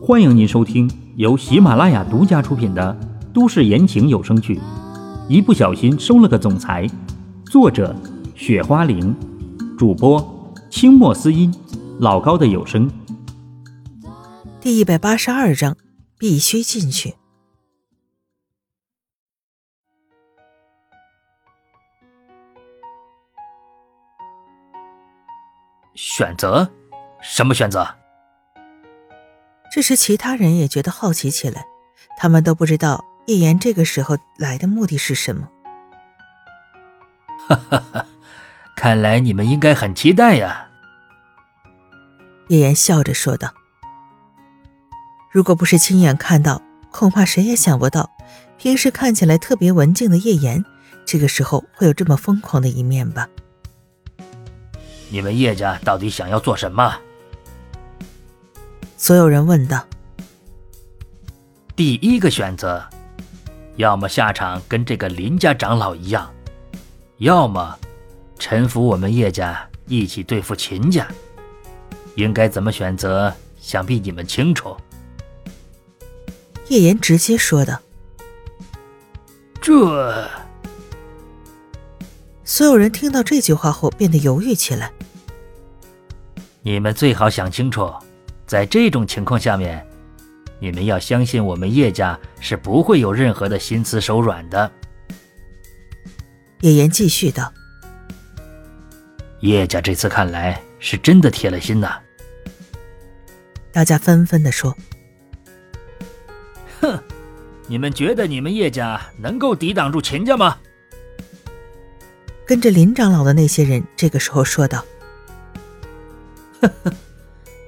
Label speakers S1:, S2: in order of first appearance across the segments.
S1: 欢迎您收听由喜马拉雅独家出品的都市言情有声剧《一不小心收了个总裁》，作者：雪花玲，主播：清墨思音，老高的有声。
S2: 第一百八十二章，必须进去。
S3: 选择？什么选择？
S2: 这时，其他人也觉得好奇起来，他们都不知道叶岩这个时候来的目的是什么。
S3: 哈哈哈，看来你们应该很期待呀。
S2: 叶岩笑着说道：“如果不是亲眼看到，恐怕谁也想不到，平时看起来特别文静的叶岩，这个时候会有这么疯狂的一面吧？”
S3: 你们叶家到底想要做什么？
S2: 所有人问道。
S3: 第一个选择，要么下场跟这个林家长老一样，要么臣服我们叶家一起对付秦家。应该怎么选择，想必你们清楚。
S2: 叶岩直接说道。
S3: 这……
S2: 所有人听到这句话后变得犹豫起来。
S3: 你们最好想清楚，在这种情况下面，你们要相信我们叶家是不会有任何的心慈手软的。
S2: 叶岩继续道：“
S3: 叶家这次看来是真的铁了心呐、
S2: 大家纷纷地说
S3: 哼，你们觉得你们叶家能够抵挡住秦家吗？：“
S2: 跟着林长老的那些人，这个时候说道。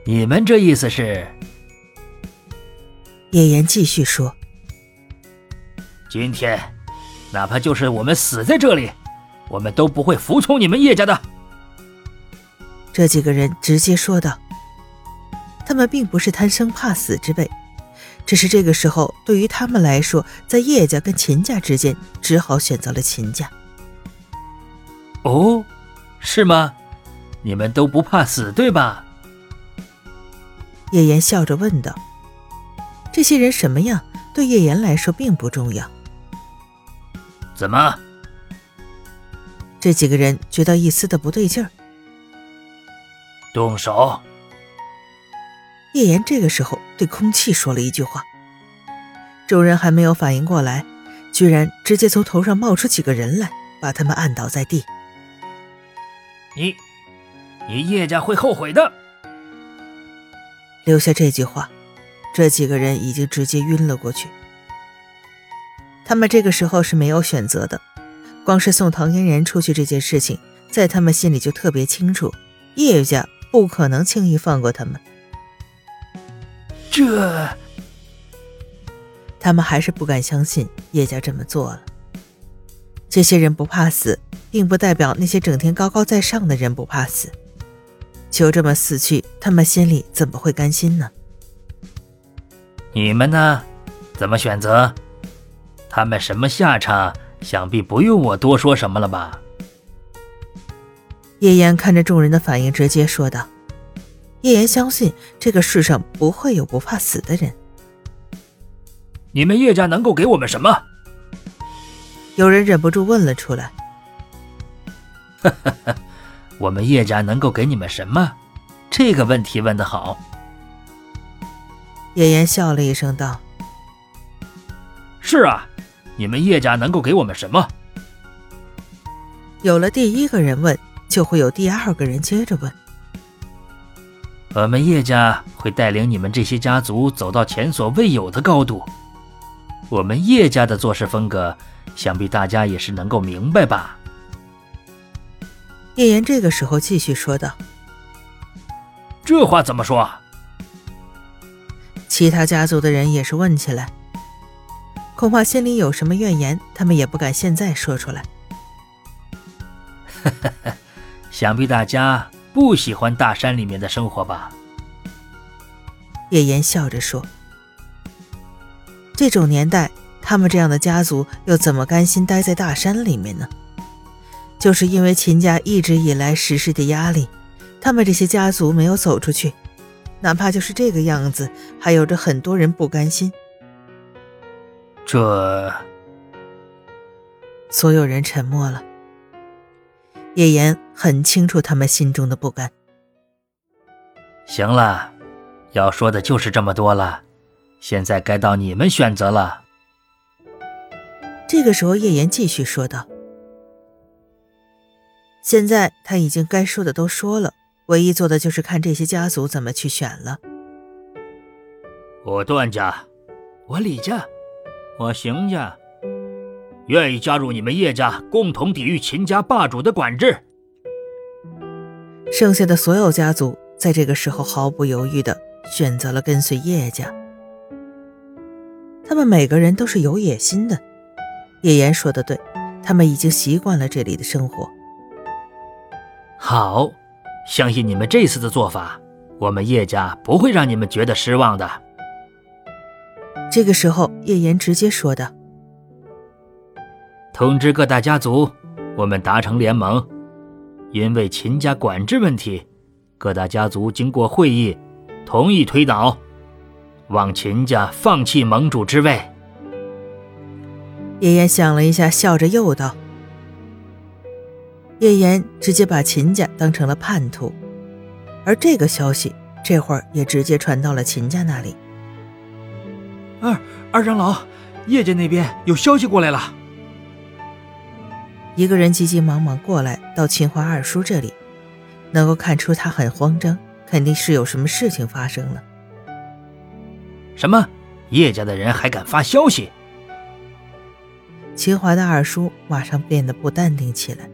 S3: 你们这意思是，”
S2: 叶岩继续说
S3: 今天哪怕就是我们死在这里，我们都不会服从你们叶家的。：“
S2: 这几个人直接说道，他们并不是贪生怕死之辈，只是这个时候对于他们来说，在叶家跟秦家之间，只好选择了秦家。
S3: 哦，是吗？你们都不怕死，对吧？”
S2: 叶岩笑着问道：“这些人什么样，对叶岩来说并不重要。”
S3: 怎么？
S2: 这几个人觉到一丝的不对劲儿。
S3: 动手！
S2: 叶岩这个时候对空气说了一句话，众人还没有反应过来，居然直接从头上冒出几个人来，把他们按倒在地。
S3: 你，你叶家会后悔的。
S2: 留下这句话，这几个人已经直接晕了过去。他们这个时候是没有选择的，光是送唐嫣然出去这件事情，在他们心里就特别清楚，叶家不可能轻易放过他们。
S3: 这
S2: 他们还是不敢相信叶家这么做了。这些人不怕死，并不代表那些整天高高在上的人不怕死。就这么死去，他们心里怎么会甘心呢？
S3: 你们呢？怎么选择？他们什么下场，想必不用我多说什么了吧？
S2: 叶岩看着众人的反应，直接说道：“叶岩相信这个世上不会有不怕死的人。
S3: 你们叶家能够给我们什么？”
S2: 有人忍不住问了出来。
S3: 我们叶家能够给你们什么？这个问题问得好。
S2: 叶岩笑了一声，道
S3: 是啊，你们叶家能够给我们什么？：“
S2: 有了第一个人问，就会有第二个人接着问。”
S3: 我们叶家会带领你们这些家族走到前所未有的高度。我们叶家的做事风格，想必大家也是能够明白吧？
S2: 叶岩这个时候继续说道。
S3: 这话怎么说？
S2: 其他家族的人也是问起来，恐怕心里有什么怨言，他们也不敢现在说出来。
S3: 想必大家不喜欢大山里面的生活吧？
S2: 叶岩笑着说：“这种年代，他们这样的家族又怎么甘心待在大山里面呢？就是因为秦家一直以来实施的压力，他们这些家族没有走出去，哪怕就是这个样子，还有着很多人不甘心。
S3: 这
S2: 所有人沉默了。叶岩很清楚他们心中的不甘。
S3: 行了，要说的就是这么多了。现在该到你们选择了。
S2: 这个时候，叶岩继续说道：“现在他已经该说的都说了，唯一做的就是看这些家族怎么去选了。
S3: 我段家，我李家，我邢家，愿意加入你们叶家，共同抵御秦家霸主的管制。”
S2: 剩下的所有家族在这个时候毫不犹豫的选择了跟随叶家。他们每个人都是有野心的。叶岩说的对，他们已经习惯了这里的生活。
S3: 好，相信你们这次的做法，我们叶家不会让你们觉得失望的。
S2: 这个时候，叶岩直接说道：“
S3: 通知各大家族，我们达成联盟。因为秦家管制问题，各大家族经过会议，同意推倒。”望秦家放弃盟主之位。
S2: 叶岩想了一下，笑着又道：“叶岩直接把秦家当成了叛徒，而这个消息这会儿也直接传到了秦家那里。”
S4: 二二长老，叶家那边有消息过来了。
S2: 一个人急急忙忙过来到秦淮二叔这里，能够看出他很慌张，肯定是有什么事情发生了。
S3: 什么？叶家的人还敢发消息？
S2: 秦淮的二叔马上变得不淡定起来。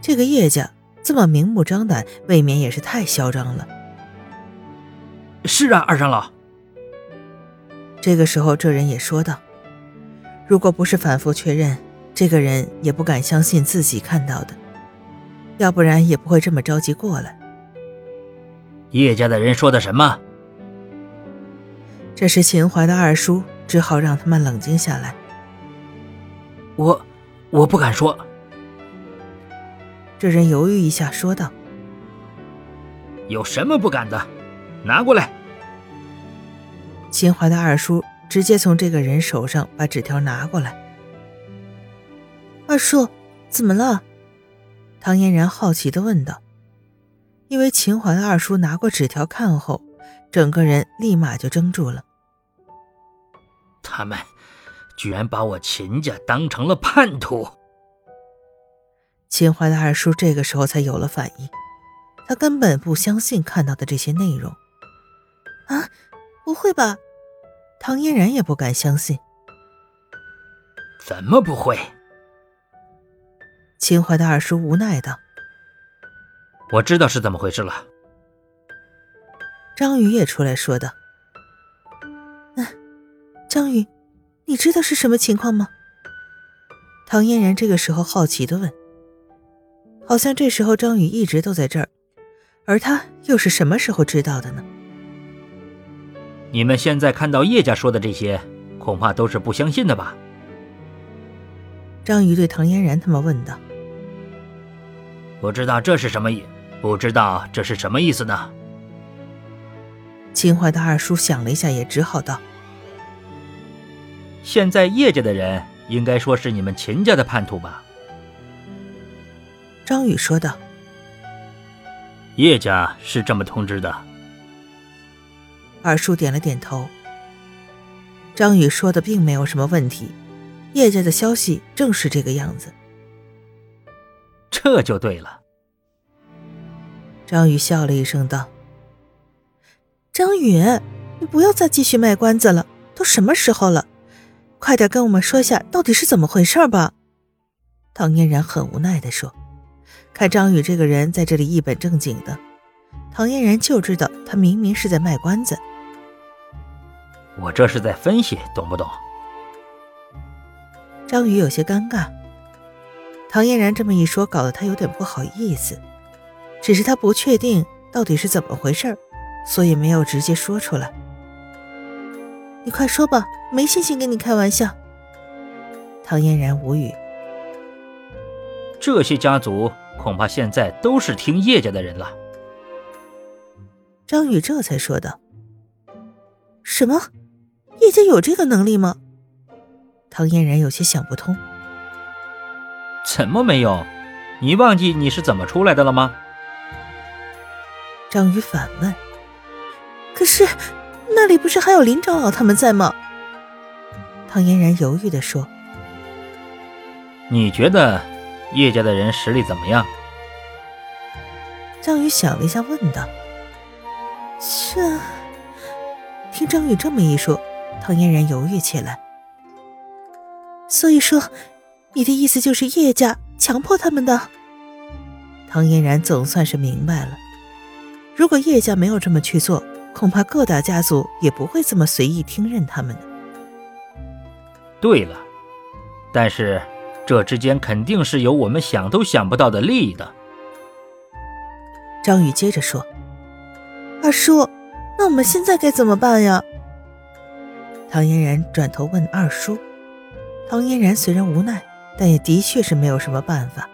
S2: 这个叶家这么明目张胆，未免也是太嚣张了。
S4: 是啊，二长老。
S2: 这个时候，这人也说道：“如果不是反复确认，这个人也不敢相信自己看到的，要不然也不会这么着急过来。”
S3: 叶家的人说的什么？
S2: 这时，秦淮的二叔只好让他们冷静下来。
S4: 我，我不敢说。
S2: 这人犹豫一下，说道：“
S3: 有什么不敢的？拿过来。”
S2: 秦淮的二叔直接从这个人手上把纸条拿过来。二叔，怎么了？唐嫣然好奇的问道，因为秦淮的二叔拿过纸条看后。整个人立马就怔住了。
S3: 他们居然把我秦家当成了叛徒！
S2: 秦淮的二叔这个时候才有了反应，他根本不相信看到的这些内容。
S5: 啊，不会吧？
S2: 唐嫣然也不敢相信。
S3: 怎么不会？
S2: 秦淮的二叔无奈道：“
S3: 我知道是怎么回事了。”
S2: 张宇也出来说道：“嗯，张宇，你知道是什么情况吗？”唐嫣然这个时候好奇的问：“好像这时候张宇一直都在这儿，而他又是什么时候知道的呢？”
S3: 你们现在看到叶家说的这些，恐怕都是不相信的吧？
S2: 张宇对唐嫣然他们问道：“
S3: 不知道这是什么意？不知道这是什么意思呢？”
S2: 秦淮的二叔想了一下，也只好道：“
S3: 现在叶家的人应该说是你们秦家的叛徒吧？”
S2: 张宇说道：“
S3: 叶家是这么通知的。”
S2: 二叔点了点头。张宇说的并没有什么问题，叶家的消息正是这个样子。
S3: 这就对了。
S2: 张宇笑了一声道。张宇，你不要再继续卖关子了，都什么时候了？快点跟我们说下到底是怎么回事吧。唐嫣然很无奈的说：“看张宇这个人在这里一本正经的，唐嫣然就知道他明明是在卖关子。”
S3: 我这是在分析，懂不懂？
S2: 张宇有些尴尬。唐嫣然这么一说，搞得他有点不好意思，只是他不确定到底是怎么回事儿。所以没有直接说出来。
S5: 你快说吧，没心情跟你开玩笑。
S2: 唐嫣然无语。
S3: 这些家族恐怕现在都是听叶家的人了。
S2: 张宇这才说道
S5: 什么？叶家有这个能力吗？：“
S2: 唐嫣然有些想不通。
S3: 怎么没有？你忘记你是怎么出来的了吗？”
S2: 张宇反问
S5: 可是那里不是还有林长老他们在吗？
S2: 唐嫣然，犹豫地说
S3: 你觉得叶家的人实力怎么样？：“
S2: 张宇想了一下，问道。啊
S5: 这
S2: 听张宇这么一说，唐嫣然犹豫起来。
S5: 所以说，你的意思就是叶家强迫他们的？
S2: 唐嫣然总算是明白了，如果叶家没有这么去做，恐怕各大家族也不会这么随意听任他们的。
S3: 对了，但是这之间肯定是有我们想都想不到的利益的。
S2: 张宇接着说，
S5: 二叔，那我们现在该怎么办呀？
S2: 唐嫣然转头问二叔。唐嫣然虽然无奈，但也的确是没有什么办法。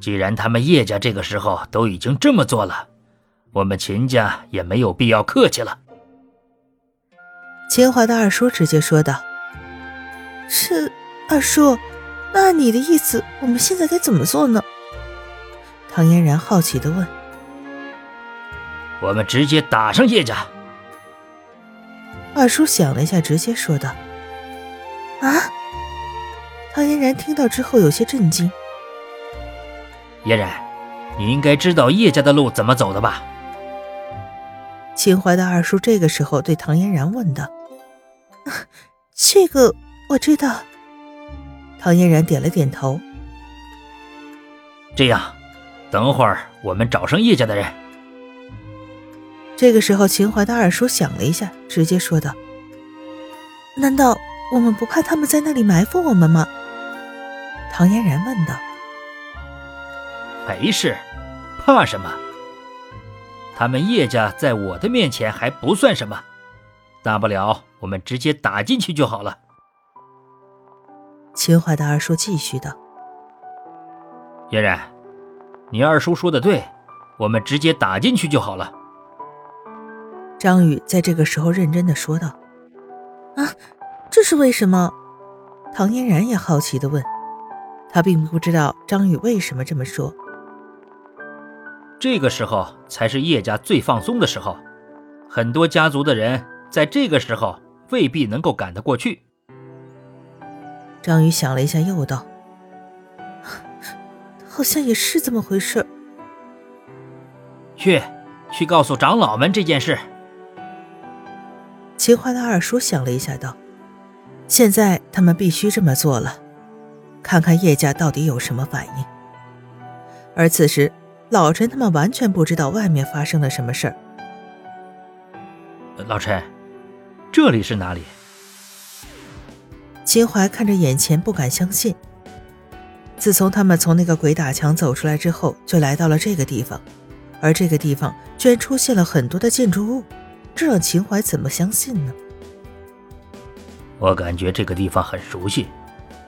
S3: 既然他们叶家这个时候都已经这么做了，我们秦家也没有必要客气了。
S2: 秦淮的二叔直接说道
S5: 这二叔，那按你的意思，我们现在该怎么做呢？：“
S2: 唐嫣然好奇地问。
S3: 我们直接打上叶家，”
S2: 二叔想了一下，直接说道
S5: 啊，：“
S2: 唐嫣然听到之后有些震惊。
S3: 嫣然，你应该知道叶家的路怎么走的吧？”
S2: 秦淮的二叔这个时候对唐嫣然问道。啊
S5: 这个我知道。
S2: 唐嫣然点了点头。
S3: 这样，等会儿我们找上叶家的人。
S2: 这个时候，秦淮的二叔想了一下，直接说道
S5: 难道我们不怕他们在那里埋伏我们吗？：“
S2: 唐嫣然问道。”
S3: 没事，怕什么？他们叶家在我的面前还不算什么，大不了我们直接打进去就好了。
S2: 秦淮的二叔继续道
S3: 嫣然，你二叔说的对，我们直接打进去就好了。：“
S2: 张宇在这个时候认真的说道。啊
S5: 这是为什么？”
S2: 唐嫣然也好奇的问，他并不知道张宇为什么这么说。
S3: 这个时候才是叶家最放松的时候，很多家族的人在这个时候未必能够赶得过去。
S2: 张宇想了一下，又道
S5: 好像也是这么回事儿。
S3: 去，去告诉长老们这件事。：“
S2: 秦淮的二叔想了一下，道：现在他们必须这么做了，看看叶家到底有什么反应。”而此时，老陈他们完全不知道外面发生了什么事儿。
S3: 老陈，这里是哪里？
S2: 秦淮看着眼前，不敢相信。自从他们从那个鬼打墙走出来之后，就来到了这个地方，而这个地方居然出现了很多的建筑物，这让秦淮怎么相信呢？
S3: 我感觉这个地方很熟悉，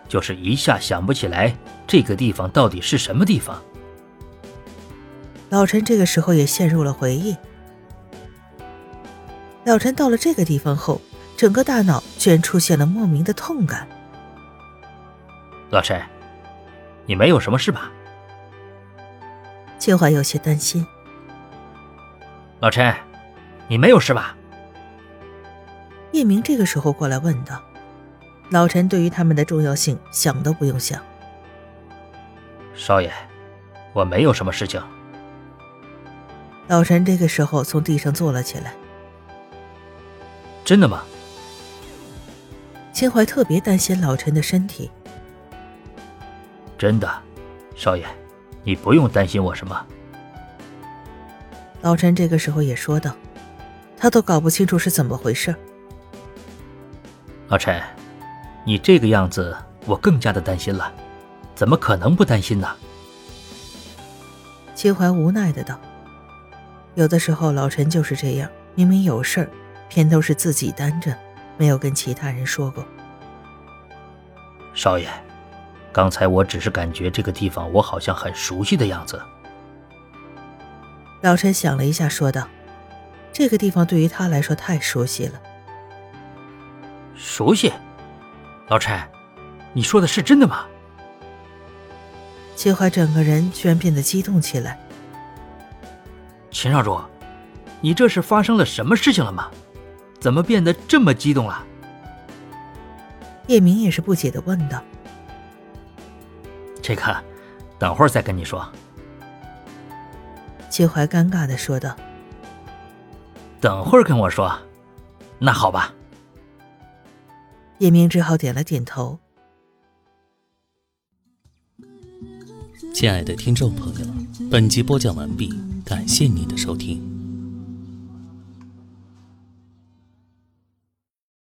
S3: 就是一下想不起来这个地方到底是什么地方。
S2: 老陈这个时候也陷入了回忆。老陈到了这个地方后，整个大脑居然出现了莫名的痛感。
S3: 老陈，你没有什么事吧？
S2: 秦淮有些担心。
S3: 老陈，你没有事吧？
S2: 叶明这个时候过来问道：“老陈对于他们的重要性想都不用想。”
S3: 少爷，我没有什么事情。
S2: 老陈这个时候从地上坐了起来，
S3: 真的吗？
S2: 秦淮特别担心老陈的身体。
S3: 真的，少爷，你不用担心我什么。
S2: 老陈这个时候也说道：“他都搞不清楚是怎么回事。
S3: 老陈，你这个样子，我更加的担心了。怎么可能不担心呢？”
S2: 秦淮无奈的道：“有的时候老陈就是这样，明明有事儿，偏都是自己担着，没有跟其他人说过。
S3: 少爷，刚才我只是感觉这个地方我好像很熟悉的样子。”
S2: 老陈想了一下，说道：“这个地方对于他来说太熟悉了。
S3: 熟悉。老陈，你说的是真的吗？”
S2: 齐怀整个人居然变得激动起来。
S3: 秦少主，你这是发生了什么事情了吗？怎么变得这么激动了？
S2: 叶明也是不解的问道。
S3: 这个，等会儿再跟你说。
S2: 齐怀尴尬的说道。
S3: 等会儿跟我说，那好吧。
S2: 叶明只好点了点头。
S6: 亲爱的听众朋友，本集播讲完毕，感谢您的收听。